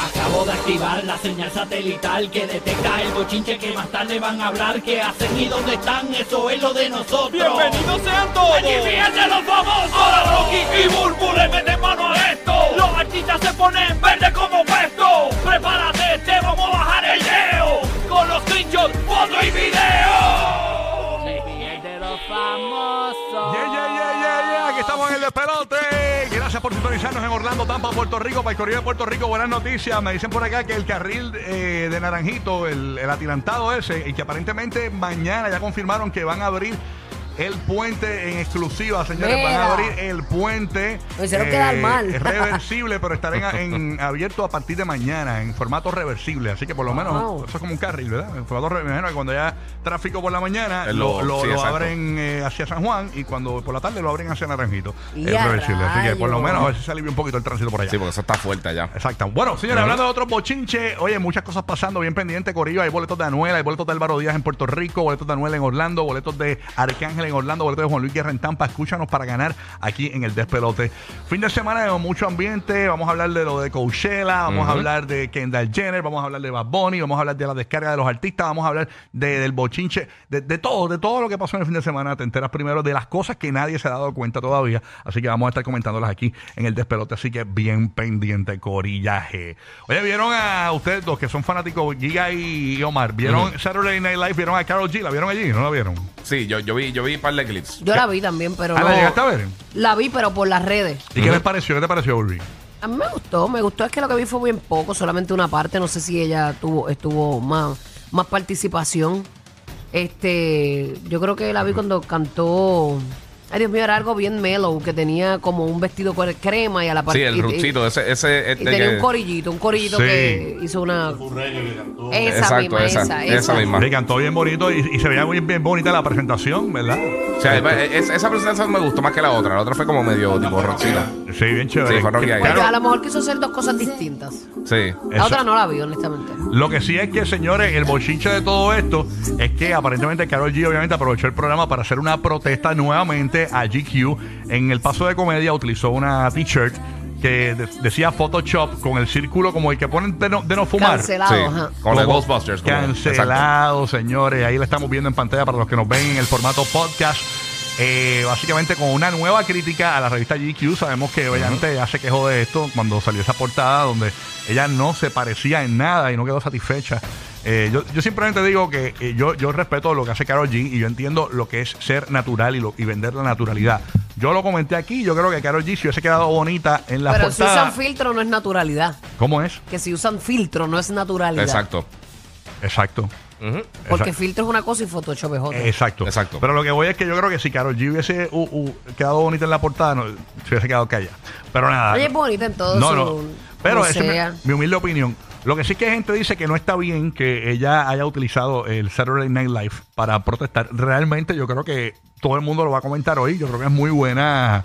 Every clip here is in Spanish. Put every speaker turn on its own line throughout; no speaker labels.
Acabo de activar la señal satelital que detecta el bochinche que más tarde van a hablar. ¿Qué hacen y dónde están? Eso es lo de nosotros.
¡Bienvenidos sean todos!
¡Aquí fíjense los famosos!
Ahora Rocky y Burbu le meten mano a esto. Los artistas se ponen verde como puesto. Prepárate, te vamos a bajar el leo. Con los screenshots, foto y video.
Yeah, yeah, yeah, yeah, yeah. Aquí estamos en el despelote. Gracias por sintonizarnos en Orlando, Tampa, Puerto Rico, para el Corrido de Puerto Rico. Buenas noticias. Me dicen por acá que el carril eh, de Naranjito, el, el atirantado ese, y que aparentemente mañana ya confirmaron que van a abrir el puente en exclusiva, señores. Van a
Mira.
abrir el puente. eh,
Lo hicieron quedar mal.
Es reversible, pero estará en, en- abierto a partir de mañana, en formato reversible. Así que por lo menos,
Wow.
eso es como un carril, ¿verdad? En formato re- me imagino que cuando haya tráfico por la mañana,
Es
lo,
Eh, lo-
lo-
sí,
lo
exacto.
abren eh, hacia San Juan y cuando por la tarde lo abren hacia Naranjito.
Y
es
a
reversible. Así que por lo
rayos.
menos a ver si se alivia un poquito el tránsito por allá.
Sí, porque eso está fuerte allá.
Exacto. Bueno, señores,
Ajá.
hablando de otros bochinches, oye, muchas cosas pasando, bien pendiente, Corillo. Hay boletos de Anuela, hay boletos de Álvaro Díaz en Puerto Rico, boletos de Anuela en Orlando, boletos de Arcángel en Orlando, boletos de Juan Luis Guerra en Tampa. Escúchanos para ganar aquí en el Despelote. Fin de semana de mucho ambiente. Vamos a hablar de lo de Coachella, vamos
Ujú.
a hablar de Kendall Jenner, vamos a hablar de Bad Bunny, vamos a hablar de la descarga de los artistas, vamos a hablar de- del bochinche, de, de todo, de todo lo que pasó en el fin de semana. Te enteras primero de las cosas que nadie se ha dado cuenta todavía. Así que vamos a estar comentándolas aquí en el despelote. Así que bien pendiente, corillaje. Oye, vieron a ustedes dos que son fanáticos, Giga y Omar. ¿Vieron Saturday Night Live? ¿Vieron a Carol G? ¿La vieron allí? ¿No la vieron?
Sí, yo, yo vi yo vi un par de clips.
Yo la vi también, pero
Ah,
no.
¿la llegaste a ver?
La vi, pero por las redes.
¿Y qué les pareció? ¿Qué te pareció, Urbi?
A mí me gustó, me gustó. Es que lo que vi fue bien poco, solamente una parte. No sé si ella tuvo, estuvo más, más participación. Este, yo creo que la vi cuando cantó. Ay, Dios mío, era algo bien mellow, que tenía como un vestido con crema y a la parte.
Sí, el
y- y-
ruchito, ese, ese,
Y,
este
tenía
que-
un corillito, un corillito
Sí.
que hizo una. Esa
Exacto,
misma,
esa,
esa,
esa misma.
Le cantó bien bonito y, y se veía muy bien bonita la presentación, ¿verdad?
O sea, es- esa presentación me gustó más que la otra. La otra fue como medio tipo rockcita.
Sí, bien chévere.
Sí, fue Rocky Gallo.
Pues
Claro,
a lo mejor quiso hacer dos cosas distintas.
Sí.
La
Eso-
otra no la vi, honestamente.
Lo que sí es que, señores, el bochinche de todo esto es que aparentemente Carol G obviamente aprovechó el programa para hacer una protesta nuevamente a GQ. En el paso de comedia utilizó una t-shirt que de- decía Photoshop con el círculo como el que ponen de no, de no fumar.
Cancelado,
Sí.
ajá.
Con la
Como
Ghostbusters. como-
Cancelado, señores. Ahí la estamos viendo en pantalla para los que nos ven en el formato podcast. Eh, básicamente con una nueva crítica a la revista GQ. Sabemos que obviamente ya se quejó de esto cuando salió esa portada donde ella no se parecía en nada y no quedó satisfecha. Eh, yo, yo simplemente digo que eh, yo, yo respeto lo que hace Carol G y yo entiendo lo que es ser natural y, lo, y vender la naturalidad. Yo lo comenté aquí, yo creo que Carol G si hubiese quedado bonita en la
Pero si
portada.
usan filtro no es naturalidad.
¿Cómo es?
Que si usan filtro no es naturalidad.
Exacto.
Exacto.
Ujú.
Porque
Exacto.
filtro es una cosa y Photoshop es otra.
Exacto.
Exacto.
Pero lo que voy es que yo creo que si Carol G hubiese uh, uh, quedado bonita en la portada, no, se hubiese quedado callada. Pero nada.
Ella es bonita en todo
No,
su-
no. Pero
como
esa es mi-
sea.
mi, humilde opinión. Lo que sí que gente dice que no está bien que ella haya utilizado el Saturday Night Live para protestar. Realmente yo creo que todo el mundo lo va a comentar hoy. Yo creo que es muy buena.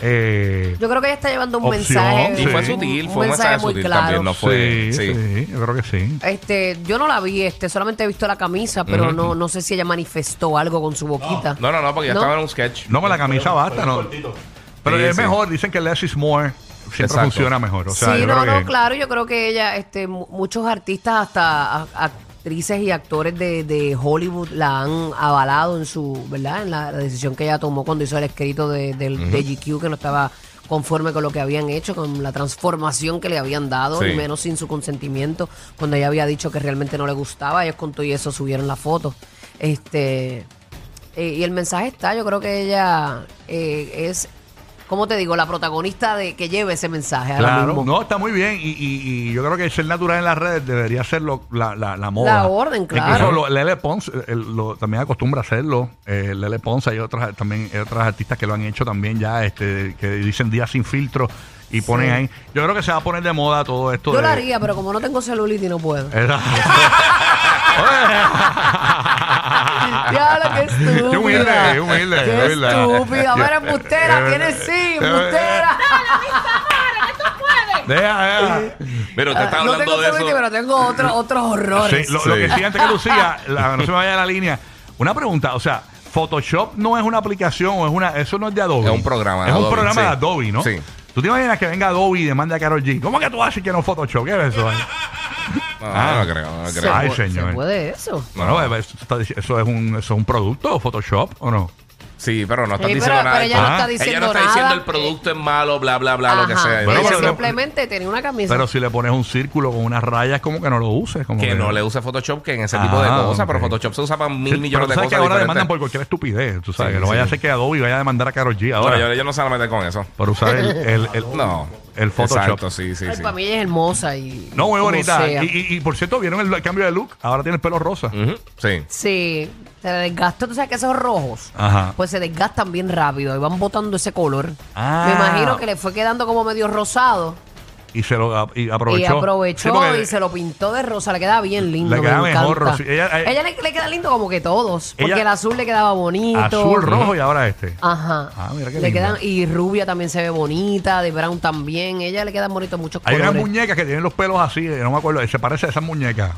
eh,
Yo creo que ella está llevando un
Opción,
mensaje.
sí. Y fue
sutil,
un
fue un mensaje
muy
sutil
claro.
también, no fue- sí.
sí, sí, yo creo que sí.
Este, yo no la vi, este, solamente he visto la camisa, pero no, no sé si ella manifestó algo con su boquita.
No, no, no, porque ya
No.
estaba en un sketch.
No, con la camisa basta, ¿no? Pero
Sí,
es
sí.
mejor. Dicen que less is more. Siempre
Exacto.
funciona mejor. O sea,
sí,
yo
no,
creo
no,
que-
claro, yo creo que ella, este, mu- muchos artistas, hasta a- actrices y actores de, de Hollywood la han avalado en su, ¿verdad? En la, la decisión que ella tomó cuando hizo el escrito de, del- de GQ, que no estaba conforme con lo que habían hecho, con la transformación que le habían dado,
Sí.
y menos sin su consentimiento, cuando ella había dicho que realmente no le gustaba, ellos con todo y eso subieron la foto. Este, eh, y el mensaje está, yo creo que ella eh, es, ¿cómo te digo? La protagonista de que lleve ese mensaje ahora
Claro,
mismo.
no, está muy bien. Y, y- y yo creo que ser natural en las redes debería ser lo- la, la, la moda.
La orden, claro.
Incluso lo- Lele Pons eh, el- lo- también acostumbra a hacerlo. Eh, Lele Pons, hay otras, también, hay otras artistas que lo han hecho también ya, este, que dicen días sin filtro y ponen ahí. Yo creo que se va a poner de moda todo esto.
Yo
de-
lo haría, pero como no tengo celulitis no puedo.
Era-
Ya lo que estúpida.
Qué humilde, qué humilde,
Qué
de verdad.
estúpida. Mira, embustera,
De
tiene
verdad.
sí, embustera.
Deja, deja.
Pero usted está
Ah, No
hablando
tengo
de eso.
celulitis, pero tengo otro- otros horrores.
Sí, lo, lo
Sí.
que sí, antes que Lucía, la- no se me vaya la línea. Una pregunta, o sea, Photoshop no es una aplicación, o es una, eso no es de Adobe.
Es un programa de
Es un
Adobe, sí.
programa de Adobe, ¿no?
Sí.
¿Tú te imaginas que venga Adobe y demande a Carol G? ¿Cómo que tú haces que no Photoshop? ¿Qué es eso? eh?
No, ah, no creo, no
Se
creo.
Ay,
pu-
señor.
¿Se puede eso?
Bueno, eh, eso, está dic- eso es un, eso es un producto, Photoshop, ¿o no?
Sí, pero no está
Sí, pero-
diciendo nada.
pero ella no
está
diciendo
Ella no está diciendo
nada.
el producto es malo, bla, bla, bla, lo que
Ajá.
sea.
Ella
Bueno, pero- pero-
simplemente tenía una camisa.
Pero si le pones un círculo con unas rayas, como que no lo uses. Como
que no le use Photoshop, que en ese tipo de
Ah,
cosas, pero
ok.
Photoshop se usa para mil
Sí,
millones
pero
de
sabes
cosas.
que ahora
diferentes.
demandan por cualquier estupidez, tú sabes,
Sí,
que lo
sí.
vaya a hacer que Adobe vaya a demandar a Karol G ahora
No, yo, yo no sé meter con eso.
por usar el, el, el-
No.
el Photoshop.
Exacto, sí, sí,
Ay,
sí.
Para mí ella es hermosa y.
No, muy
como
bonita.
sea.
Y, y- y, por cierto, ¿vieron el, el cambio de look? Ahora tiene el pelo rosa.
Ujú, Sí.
Sí, se desgastó. Tú sabes que esos rojos,
Ajá.
pues se desgastan bien rápido y van botando ese color.
Ah.
Me imagino que le fue quedando como medio rosado.
Y se lo a- y aprovechó.
Y
Sí,
aprovechó
porque
y se lo pintó de rosa. Le queda bien lindo.
Le queda
me
mejor
encanta.
rosi- ella- eh,
Ella le, le queda lindo como que todos. Porque
ella-
el azul le quedaba bonito.
Azul, rojo y ahora este.
Ajá.
Ah, mira qué
le
lindo.
quedan, y rubia también se ve bonita, de brown también. Ella le quedan bonitos muchos
Hay
colores.
unas muñecas que tienen los pelos así, eh, no me acuerdo, eh, se parece a esas muñecas.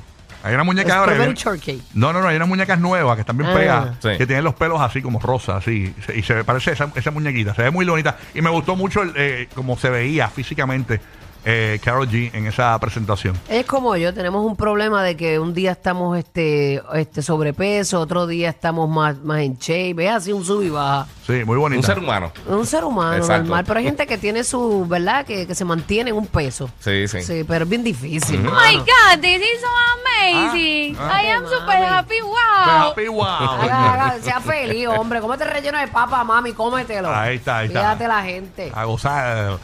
Hay unas muñecas ahora. que
Strawberry
vienen-
shortcake.
No, no, no, hay unas muñecas nuevas que están bien
Ah.
pegadas,
Sí.
que tienen los pelos así como rosa, así, se- y se ve- parece a esa, esa muñequita, se ve muy bonita. Y me gustó mucho el, eh, como se veía físicamente eh, Carol G en esa presentación.
Es como yo, tenemos un problema de que un día estamos este, este sobrepeso, otro día estamos más, más en shape, es así un sub y baja.
Sí, muy bonita.
Un ser humano.
Un ser humano
Exacto.
normal, pero hay gente que tiene su, ¿verdad? Que, que se mantiene en un peso.
Sí, sí.
Sí, pero es bien difícil.
Oh my
mano.
God, this is so amazing.
Ano? Ah,
I am
Mami.
super happy. Wow.
Happy wow.
Haga, haga, sea feliz, hombre. Cómete relleno de papa, mami, cómetelo.
Ahí está, ahí está. Ah,
Fíjate la gente.
A gozar.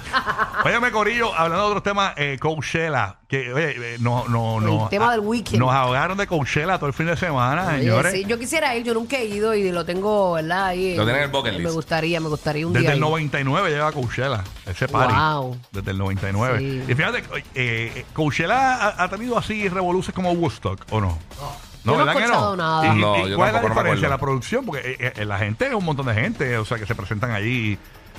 Óyeme, Corillo, hablando de otros temas, eh, Coachella, que oye, eh, no, no,
El
no.
tema
ah,
del weekend.
Nos ahogaron de Coachella todo el fin de semana,
Oye,
señores.
sí, yo quisiera ir, yo nunca he ido y lo tengo, ¿verdad? Ahí,
Lo tiene en el bucket
Me
list.
gustaría, me gustaría un
Desde
día.
el
ir.
99 lleva Coachella, ese party.
Wow.
Desde el 99.
Sí.
Y fíjate, eh, eh, Coachella ha, ha tenido así revoluciones como Woodstock, ¿o no?
Yo no he escuchado nada.
¿Y- y-
No,
y
yo
¿Cuál es
tampoco, no me
la diferencia?
acuerdo.
la producción, porque eh, eh, la gente es un montón de gente, o sea, que se presentan allí.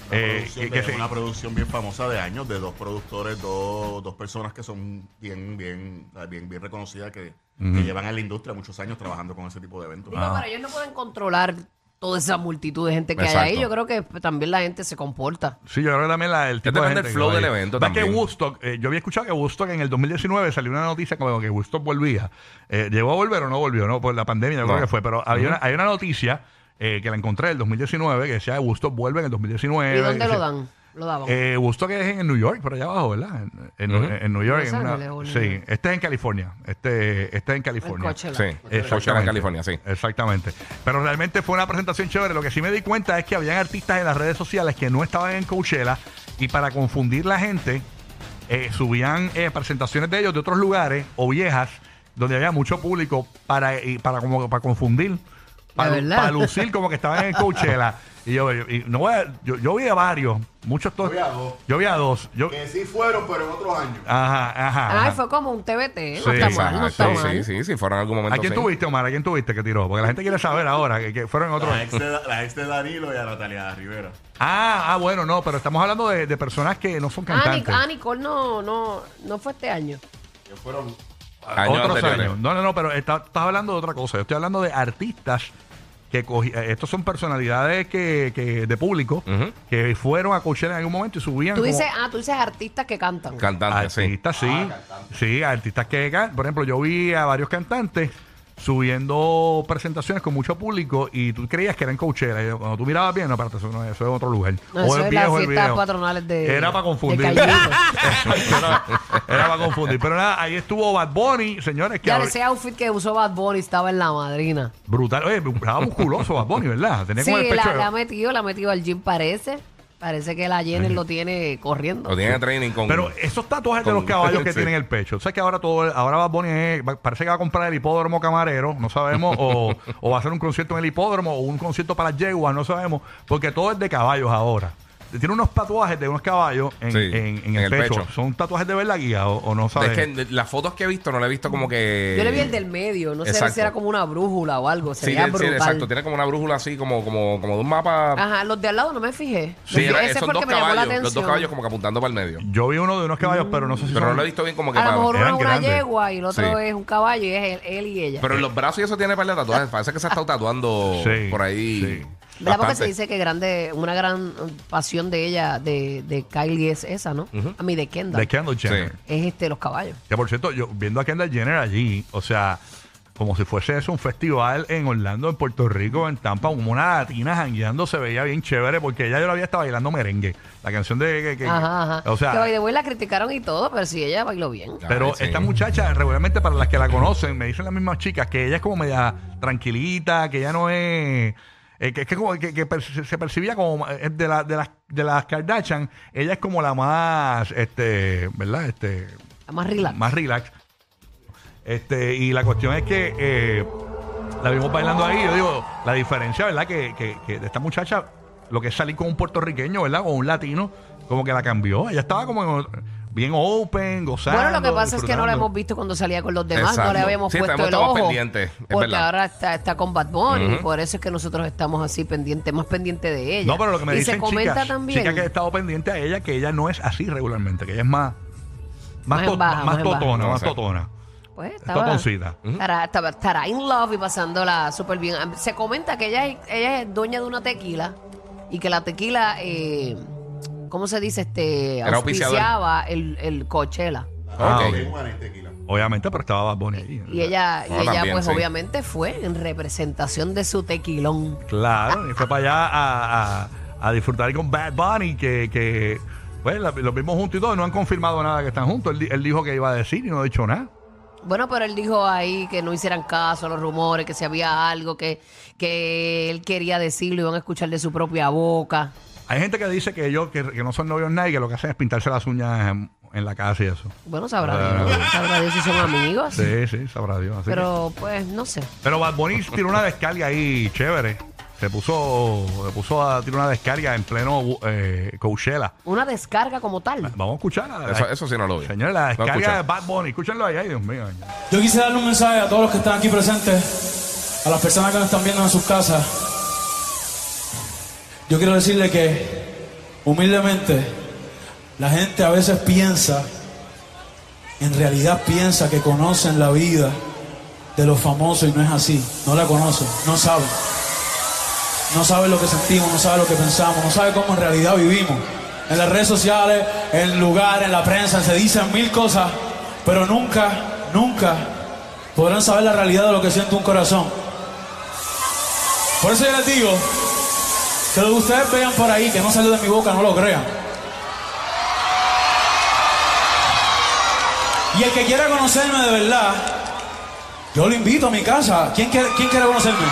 Una,
eh, que-
producción de-
que se-
una producción bien famosa de años de dos productores, dos, dos personas que son bien, bien, bien, bien reconocidas que, que llevan en la industria muchos años trabajando con ese tipo de eventos.
Ah.
Digo, pero ellos no pueden controlar toda esa multitud de gente que
Exacto.
hay ahí. Yo creo que pues, también la gente se comporta.
Sí, yo creo que también la, el tipo
depende del
de gente que
Este flow
va
del
ahí.
evento
Va que
también.
Woodstock, eh, yo había escuchado que Woodstock en el 2019 salió una noticia como que Woodstock volvía. Eh, ¿Llegó a volver o no volvió? No, por la pandemia yo
No.
creo que fue. Pero había
Ujú.
una, hay una noticia eh, que la encontré del 2019 que decía Woodstock vuelve en el 2019.
¿Y dónde
Dice,
lo dan? Lo daban.
Eh, Woodstock es en New York, pero allá abajo, ¿verdad? En, en-
Ujú.
en- en New York.
Los
en una-
Ángeles o New
sí,
York.
este es en California. Este, este es en
el
California.
Coachella.
Sí. Coachella en California, sí.
Exactamente. Pero realmente fue una presentación chévere. Lo que sí me di cuenta es que habían artistas en las redes sociales que no estaban en Coachella y para confundir la gente eh, subían eh, presentaciones de ellos de otros lugares o viejas donde había mucho público para y para como para confundir para,
verdad.
para lucir como que estaban en Coachella. Y yo, yo- y no voy a- yo, yo vi a varios, muchos to-
Yo vi a dos.
Yo vi a dos. Yo,
Que sí fueron, pero en otros años.
ajá, ajá.
Ay,
ajá.
Ah, fue como un TBT. ¿eh? No
Sí,
está mal, no está
Exacto.
mal.
Sí, sí, sí. Fueron en algún momento.
¿A quién
sí.
tuviste, Omar? ¿A quién tuviste que tiró? Porque la gente quiere saber ahora que, que fueron otros.
La ex, de, la ex de Danilo y a Natalia Rivera.
Ah, ah, bueno, no, pero estamos hablando de, de personas que no son
Ah, Nic-
cantantes.
ah, Nicole no, no, no fue este año.
Que fueron
Años
Otros
anteriores.
años. No, no, no, pero está- estás hablando de otra cosa. Yo estoy hablando de artistas que cogí, eh, estos son personalidades que, que de público
Ujú.
que fueron a Coachella en algún momento y subían.
Tú
como-
dices, ah, tú dices artistas que cantan.
Cantante, sí. Ah,
Artistas, sí. Sí, artistas que can- Por ejemplo, yo vi a varios cantantes subiendo presentaciones con mucho público y tú creías que eran Coachella. Y Cuando tú mirabas bien, no, espérate, eso no es, eso es otro lugar.
No,
O
eso
el
es
viejo,
las
el
fiestas
viejo.
patronales de.
Era para
de
confundir.
Callito.
era, era para confundir. Pero nada, ahí estuvo Bad Bunny, señores, que
Ya
abri-
ese outfit que usó Bad Bunny estaba en la madrina.
brutal. Oye, estaba musculoso Bad Bunny, ¿verdad? Tenía
Sí,
como el pecho.
la, la ha metido, la ha metido al gym, parece. Parece que la Jenner lo tiene corriendo.
O tienen training con.
Pero esos tatuajes de
Con-
los caballos que
Sí.
tienen en el pecho. ¿Sabes que ahora todo, el- ahora Bad Bunny es- va- parece que va a comprar el hipódromo camarero, no sabemos, o, o va a hacer un concierto en el hipódromo, o un concierto para las yeguas, no sabemos, porque todo es de caballos ahora. Tiene unos tatuajes de unos caballos en,
Sí,
en- en el, pecho. ¿Son tatuajes de verdad guía o, o no
Es
sabes?
que de- las fotos que he visto no la he visto como que.
Yo le vi el del medio, no sé
Exacto.
si era como una brújula o algo,
Sí,
sería
tiene- sí,
brutal.
exacto. Tiene como una brújula así, como, como, como de un mapa.
Ajá, los de al lado no me fijé.
sí,
Los de-
era-
pues ese
esos
fue el
dos
que me llamó la
caballos.
atención.
Los dos caballos como que apuntando para el medio.
Yo vi uno de unos caballos, pero no sé si
Pero no
son-
lo he visto bien como que
A lo
para-
mejor uno es
eran
una
grandes.
yegua y el otro
Sí.
es un caballo y es él, él y ella.
Pero en los brazos y eso tiene par de tatuajes. Parece que se ha estado tatuando
Sí,
por ahí.
sí.
¿Verdad? Porque se
Bastante.
dice que grande, una gran eh, pasión de ella, de, de Kylie, es esa, ¿no? A mí, de Kendall.
De Kendall Jenner.
Sí.
es este, los caballos.
Que por cierto, yo viendo a Kendall Jenner allí, o sea, como si fuese eso un festival en Orlando, en Puerto Rico, en Tampa, como una latina jangueando, se veía bien chévere porque ella yo la había estado bailando merengue. La canción de. que- que-
Ajá, ajá.
O sea.
que by the way la criticaron y todo, pero sí, ella bailó bien.
Pero
Ay, sí.
esta muchacha, regularmente para las que la conocen, me dicen las mismas chicas que ella es como media tranquilita, que ella no es. eh, que es que, como, que, que perci- se percibía como eh, de, la- de las, de las Kardashian, ella es como la más, este, ¿verdad? Este,
La más relax.
más relax. Este, y la cuestión es que eh, la vimos bailando ahí. Yo digo, la diferencia, ¿verdad? Que, que- que de esta muchacha, lo que es salir con un puertorriqueño, ¿verdad? O un latino, como que la cambió. Ella estaba como en otro- bien open, gozando.
bueno, lo que pasa es que no
disfrutando.
la hemos visto cuando salía con los demás, no
Exacto.
le habíamos
Sí,
puesto
estamos-
el
estamos
ojo.
pendientes, es
porque
verdad.
ahora está, está con Bad Bunny, y por eso es que nosotros estamos así pendientes, más pendientes de ella.
No, pero lo que me
y
dicen
se comenta
chicas,
también.
chicas que he estado pendiente a ella, que ella no es así regularmente, que ella es más más,
Más en
tot-
baja,
más
más en baja.
totona,
No
más
sé.
totona.
Pues estaba,
Totoncita.
estará, estaba- estará in love y pasándola súper bien. Am- Se comenta que ella, es- ella es dueña de una tequila y que la tequila, eh, ¿cómo se dice? Este,
Era auspiciador.
auspiciaba el, el Coachella.
Ah,
Ok.
ok. Obviamente, pero estaba Bad Bunny ahí.
Y ella, y
Ah,
ella
también,
pues
sí.
obviamente fue en representación de su tequilón.
Claro, y fue para allá a, a- a disfrutar ahí con Bad Bunny, que, que pues, la- los vimos juntos y todo, y no han confirmado nada que están juntos. Él, di- él dijo que iba a decir y no ha dicho nada.
Bueno, pero él dijo ahí que no hicieran caso a los rumores, que si había algo que, que él quería decir, lo iban a escuchar de su propia boca.
Hay gente que dice que ellos, que, que no son novios nadie, que lo que hacen es pintarse las uñas en, en la casa y eso.
Bueno,
Ah.
sabrá Dios, sabrá Dios si son amigos.
Sí, sí, sabrá Dios. así que-
Pero pues no sé.
Pero Bad Bunny tiró una descarga ahí chévere. Se puso, se puso a tirar una descarga en pleno eh, Coachella.
Una descarga como tal.
Vamos a escucharla.
Eso, eso sí no lo vi.
Señores, la
No
descarga
escuché.
de Bad Bunny. Escúchenlo ahí, ay Dios mío. ay.
Yo quise darle un mensaje a todos los que están aquí presentes, a las personas que nos están viendo en sus casas. Yo quiero decirle que, humildemente, la gente a veces piensa, en realidad piensa que conocen la vida de los famosos y no es así. No la conocen, no saben. No saben lo que sentimos, no saben lo que pensamos, no saben cómo en realidad vivimos. En las redes sociales, en lugares, en la prensa, se dicen mil cosas, pero nunca, nunca podrán saber la realidad de lo que siente un corazón. Por eso yo les digo que lo que ustedes vean por ahí, que no salió de mi boca, no lo crean. Y el que quiera conocerme de verdad, yo lo invito a mi casa. ¿Quién quiere, quién quiere conocerme?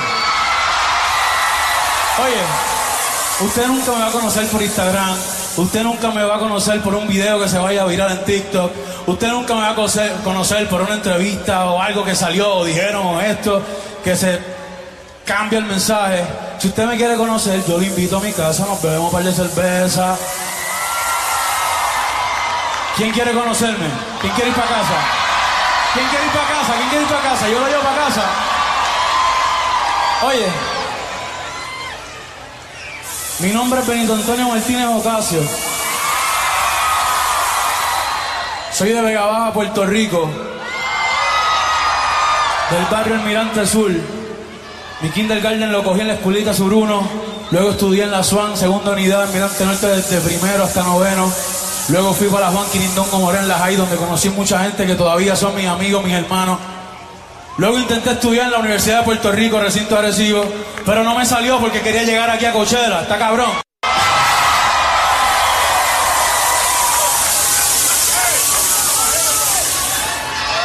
Oye, usted nunca me va a conocer por Instagram. Usted nunca me va a conocer por un video que se vaya a viral en TikTok. Usted nunca me va a conocer, conocer por una entrevista o algo que salió o dijeron o esto, que se cambia el mensaje. Si usted me quiere conocer, yo lo invito a mi casa, nos bebemos un par de cerveza. ¿Quién quiere conocerme? ¿Quién quiere ir para casa? ¿Quién quiere ir para casa? ¿Quién quiere ir para casa? Yo lo llevo para casa. Oye, mi nombre es Benito Antonio Martínez Ocasio. Soy de Vega Baja, Puerto Rico. Del barrio Almirante Sur. Mi kindergarten lo cogí en la escuelita Suruno. Luego estudié en la SWAN, segunda unidad, Almirante Norte desde primero hasta noveno. Luego fui para la Juan Quirindongo Moreno, la JAI, donde conocí mucha gente que todavía son mis amigos, mis hermanos. Luego intenté estudiar en la Universidad de Puerto Rico, recinto de Arecibo, pero no me salió porque quería llegar aquí a Cochera, está cabrón.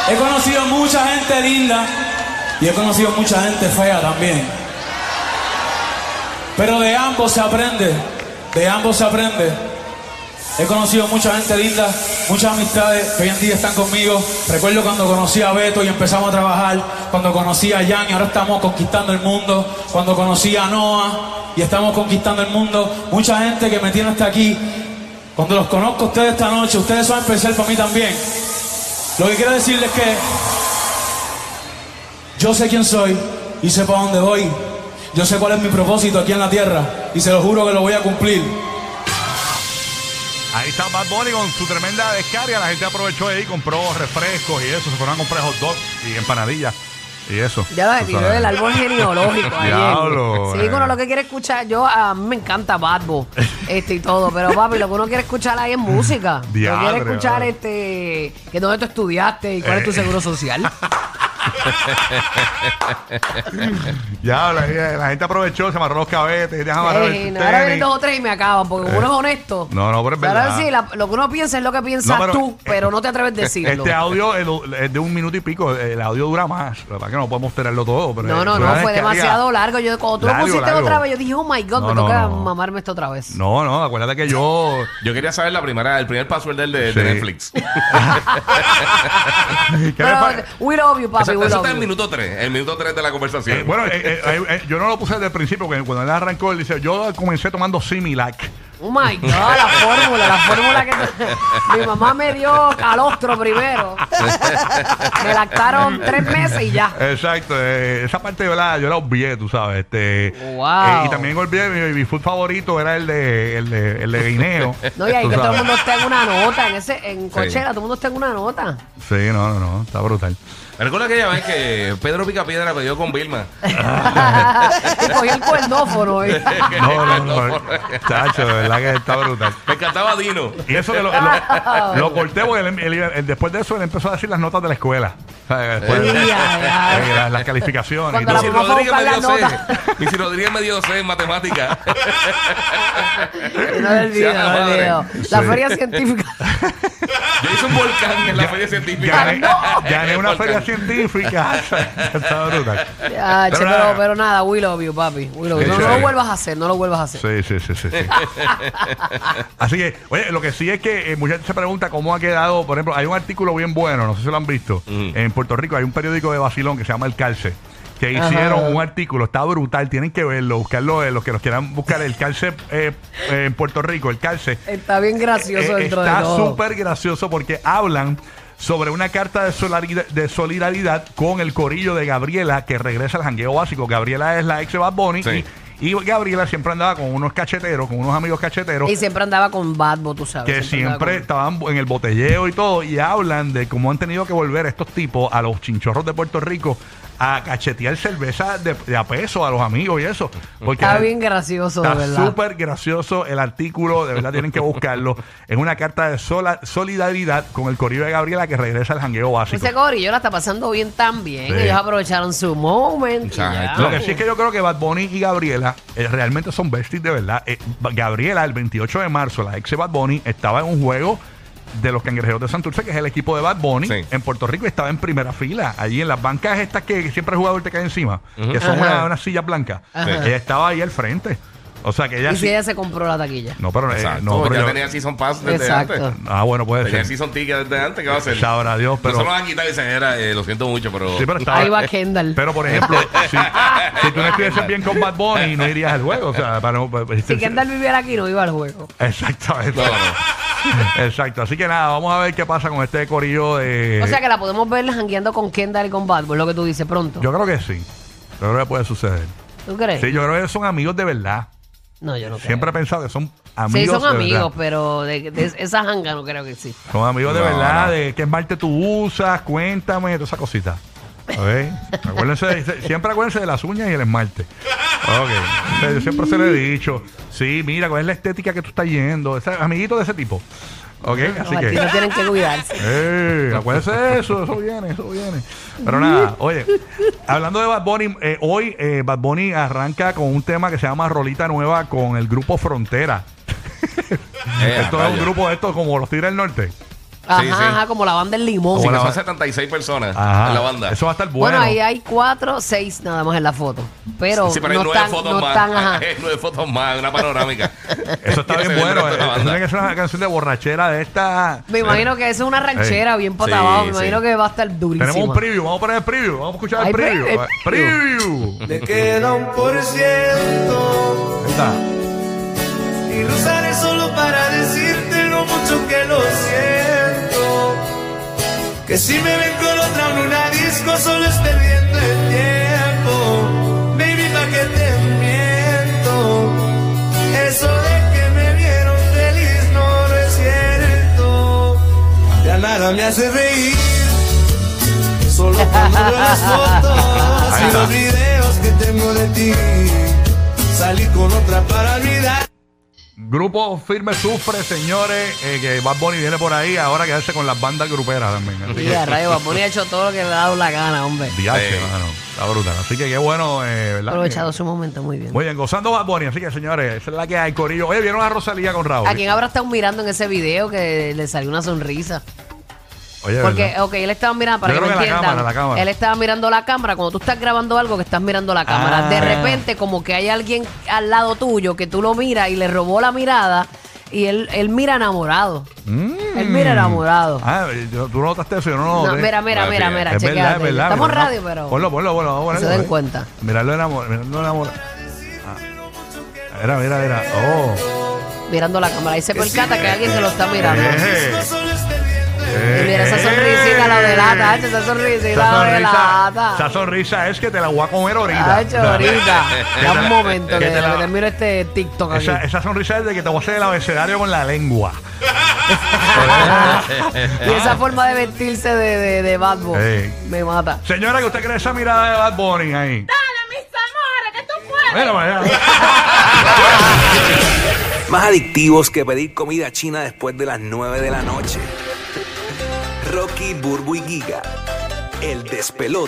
He conocido mucha gente linda y he conocido mucha gente fea también. Pero de ambos se aprende, de ambos se aprende. He conocido mucha gente linda, muchas amistades que hoy en día están conmigo. Recuerdo cuando conocí a Beto y empezamos a trabajar, cuando conocí a Jan y ahora estamos conquistando el mundo, cuando conocí a Noah y estamos conquistando el mundo. Mucha gente que me tiene hasta aquí. Cuando los conozco a ustedes esta noche, ustedes son especial para mí también. Lo que quiero decirles es que yo sé quién soy y sé para dónde voy. Yo sé cuál es mi propósito aquí en la tierra y se lo juro que lo voy a cumplir.
Ahí está Bad Bunny con su tremenda descarga. La gente aprovechó ahí, compró refrescos y eso. Se fueron a comprar hot dogs y empanadillas. Y eso.
Ya lo
tú
retiró
sabes.
del árbol genealógico. ayer.
Diablo,
Sí,
eh.
bueno, lo que quiere escuchar, yo a mí me encanta Batbo este y todo, pero papi, lo que uno quiere escuchar ahí es música. Yo
Diadre,
quiere escuchar
vale.
este que dónde tú estudiaste y cuál es tu
Eh.
seguro social.
Ya, la, la gente aprovechó, se amarró los cabetes, deja amarrar el
Eh, no, ahora vienen
tenis. Eh.
dos o tres y me acaban, porque como uno es honesto.
No, no, pero es
ahora
verdad.
sí, la- lo que uno piensa es lo que piensas
No, pero- eh,
tú, pero no te atreves a decirlo.
Este audio es du- es de un minuto y pico. El audio dura más. La verdad que no podemos tenerlo todo. Pero
no, no,
eh,
no,
una vez
fue
que haga-
demasiado largo. Yo cuando tú lo
Largo,
pusiste
largo.
otra vez, yo dije, oh my
No,
god, me
no,
toca
no.
mamarme esto otra vez.
No, no, acuérdate que yo.
Yo quería saber la primera, el primer password del de, de
Sí.
Netflix.
¿Qué me
Pero,
pare-
we love you, papi,
eso,
we
eso
love
está en
you.
minuto 3, el minuto 3 de la conversación.
Eh, bueno, eh, eh, eh, eh, yo no lo puse desde el principio, porque cuando él arrancó, él dice: Yo comencé tomando Similac.
Oh my god, la fórmula, la fórmula que mi mamá me dio calostro primero. Me lactaron tres meses y ya.
Exacto, eh, esa parte de verdad yo la obvié, tú sabes. Este,
Wow.
eh, y también olvidé mi, mi food favorito era el de, el de, el de guineo.
No, y ahí
tú
que todo el
sabes.
mundo está en una nota, en ese, en Coachella, todo el mundo está en una nota.
Sí, no, no, no, está brutal.
Recuerda aquella vez que Pedro Picapiedra peleó con Vilma.
y cogió el cuernófono. ¿eh?
No, no, no, no. Chacho, de verdad que está brutal.
Me encantaba Dino.
Y eso que lo, lo, lo corté porque él- él- él- después de eso él empezó a decir las notas de la escuela. O sea, después de-
Ay, ay,
eh,
ay.
las, las calificaciones.
Cuando
y
la
Y si
todo.
mamá fue a
Rodríguez
buscar
me
la
dio C.
nota.
Y si Rodríguez me dio C en matemática.
No del video,
Ya,
no del
madre.
video. La feria científica.
Yo hice un volcán en la feria científica.
Gané,
Ah,
gané una
Volcán.
feria científica. Está brutal.
Ya, Ah, che,
Pero
pero,
nada.
pero nada, we love you, papi. We love you. No,
Sí,
no lo
sí.
vuelvas a hacer, no lo vuelvas a hacer.
Sí, sí, sí, sí. sí. Así que, oye, lo que sí es que eh, mucha gente se pregunta cómo ha quedado, por ejemplo, hay un artículo bien bueno, no sé si lo han visto, en Puerto Rico hay un periódico de Basilón que se llama El Calce, que hicieron un artículo, está brutal, tienen que verlo, buscarlo, eh, los que nos quieran buscar el Calce eh, eh, en Puerto Rico, el Calce.
Está bien gracioso
Eh,
dentro de
está
todo.
súper gracioso porque hablan sobre una carta de solidaridad, de solidaridad con el corillo de Gabriela que regresa al jangueo básico. Gabriela es la ex de Bad Bunny
Sí.
y, y Gabriela siempre andaba con unos cacheteros, con unos amigos cacheteros.
Y siempre andaba con Badbo, tú sabes.
que
andaba
siempre
con-
estaban en el botelleo y todo, y hablan de cómo han tenido que volver estos tipos a los chinchorros de Puerto Rico a cachetear cerveza de, de a peso a los amigos y eso. Porque
Está bien gracioso, de
Está
verdad.
súper gracioso el artículo, de verdad tienen que buscarlo. Es una carta de sola- solidaridad con el Corillo de Gabriela que regresa al jangueo básico.
Ese corillo la está pasando bien también.
Sí.
Ellos aprovecharon su momento. y ya.
Exacto.
Lo que sí es que yo creo que Bad Bunny y Gabriela eh, realmente son besties de verdad. Eh, Ba- Gabriela, el 28 de marzo, la ex de Bad Bunny, estaba en un juego de los cangrejeros de Santurce, que es el equipo de Bad Bunny,
Sí.
en Puerto Rico, y estaba en primera fila, allí en las bancas estas que siempre el jugador te cae encima, que son
Ajá.
una- unas sillas blancas.
Ajá.
Ella estaba ahí al frente. O sea que ella
Y si
sí-
ella se compró la taquilla.
No, pero, eh,
Exacto,
no, pero
ya
yo-
tenía Season Pass desde
Exacto.
antes.
Ah, bueno, puede
Tenía
ser.
Season Ticket desde antes. ¿Qué va a hacer?
Sabrá Dios, pero.
Pero solo van a quitar y dicen, era, eh, lo siento mucho, pero...
Sí, pero estaba- eh,
Ahí va Kendall.
Pero por ejemplo, si, si tú no estuvieses bien con Bad Bunny, no irías al juego. O sea, para no. para-
si Kendall viviera aquí, no iba al juego.
Exactamente.
No, no.
Exacto. Así que nada, vamos a ver qué pasa con este corillo de.
O sea que la podemos ver jangueando con Kendall y con Badbo, es lo que tú dices pronto.
Yo creo que sí. Yo creo que puede suceder.
¿Tú crees?
Sí, yo creo que son amigos de verdad.
no, yo no creo.
Siempre he pensado que son amigos.
Sí, son
de
amigos,
verdad.
pero de, de esa janga no creo que exista.
Son amigos de
No,
verdad,
no.
de qué esmalte tú usas, cuéntame, todas esas cositas. ¿Ok? Acuérdense, de- siempre acuérdense de las uñas y el esmalte. Ok. Yo siempre se lo he dicho. Sí, mira, cuál es la estética que tú estás yendo. Ese- amiguito de ese tipo. Ok,
Los
así que.
artistas tienen que cuidarse.
¡Ey! acuérdense de eso, eso viene, eso viene. Pero nada, oye, hablando de Bad Bunny, eh, hoy eh, Bad Bunny arranca con un tema que se llama Rolita Nueva con el grupo Frontera.
Eh,
Esto es un
rayo.
grupo de estos como los Tigres del Norte.
Ajá,
sí.
ajá, como la banda del limón.
Sí,
Como
que
la-
son 76 personas
Ajá.
en la banda.
Eso va a estar
Bueno,
bueno.
ahí hay cuatro, seis nada más en la foto. Pero,
Sí, pero hay
no
nueve
están,
fotos
no
más.
están, ajá.
Hay nueve fotos más, una panorámica.
Eso está
Se
bien
ve el
bueno.
resto de
eh.
la
Eso
banda.
tiene que ser una canción de borrachera de esta.
Me imagino que eso es una ranchera bien
Sí,
patabado. Me imagino
sí.
que va a estar durísima.
Tenemos un preview, vamos a poner el preview, vamos a escuchar el
Ay,
preview.
preview.
Preview.
Me queda un por ciento
Ahí está.
y lo usaré solo para decirte lo mucho que lo siento. Que si me ven con otra en una disco solo es perdiendo el tiempo. Baby, pa' que te miento. Eso de que me vieron feliz no, no es cierto. Ya nada me hace reír. Solo cuando veo las fotos
Ahí
y
está.
los videos que tengo de ti. Salí con otra para olvidar.
Grupo Firme Sufre, señores, eh, que Bad Bunny viene por ahí ahora quedarse con las bandas gruperas también. Así que-
Mira, rayo, Bad Bunny ha hecho todo lo que le ha dado la gana, hombre.
Diache,
Sí.
mano, está brutal. Así que qué bueno, eh, ¿verdad?
Aprovechado su momento muy bien.
Muy bien, gozando Bad Bunny. Así que, señores, esa es la que hay, Corillo. Oye, vieron a Rosalía con Raúl.
¿A quién habrá estado mirando en ese video que le salió una sonrisa?
Oye,
Porque,
¿verdad?
ok, él estaba mirando, para
Yo
que me
creo que la
entiendan,
cámara, la cámara.
él estaba mirando la cámara, cuando tú estás grabando algo que estás mirando la cámara,
Ah.
de repente como que hay alguien al lado tuyo que tú lo miras y le robó la mirada y él, él mira enamorado. Él mira enamorado.
Mm. Ah, yo- tú notaste eso, yo no lo
oh. No,
noté.
mira, mira,
Ah,
mira,
bien.
mira,
Es
chequéate.
verdad, es verdad.
Estamos en
mira,
radio,
no.
pero
Ponlo, ponlo, ponlo. vamos a
que se
ponerlo,
den
eh.
cuenta.
Mirarlo enamorado. Mirarlo enamorado. Mira, mira, mira. Oh.
Mirando la cámara. Ahí se percata que hay alguien que lo está mirando.
Eh,
Solo es perdiendo el
Y mira, esa
eh.
sonrisita lo delata, hacho, eh, esa sonrisita
Esa
lo
sonrisa, esa
delata.
sonrisa es que te la voy a comer ahorita.
Hacho, ahorita.
Que
Da
te
un
la-
momento
que
que,
te la-
que te miro este TikTok aquí.
Esa, esa sonrisa es de que te voy a hacer el abecedario con la lengua.
Y esa forma de vestirse de, de, de Bad Bunny
Ey.
me mata.
Señora, que usted cree esa mirada de Bad Bunny ahí. Dale, mis amores, que tú puedes.
Más adictivos que pedir comida china después de las 9 de la noche. Rocky, Burbu y Giga. El despelote.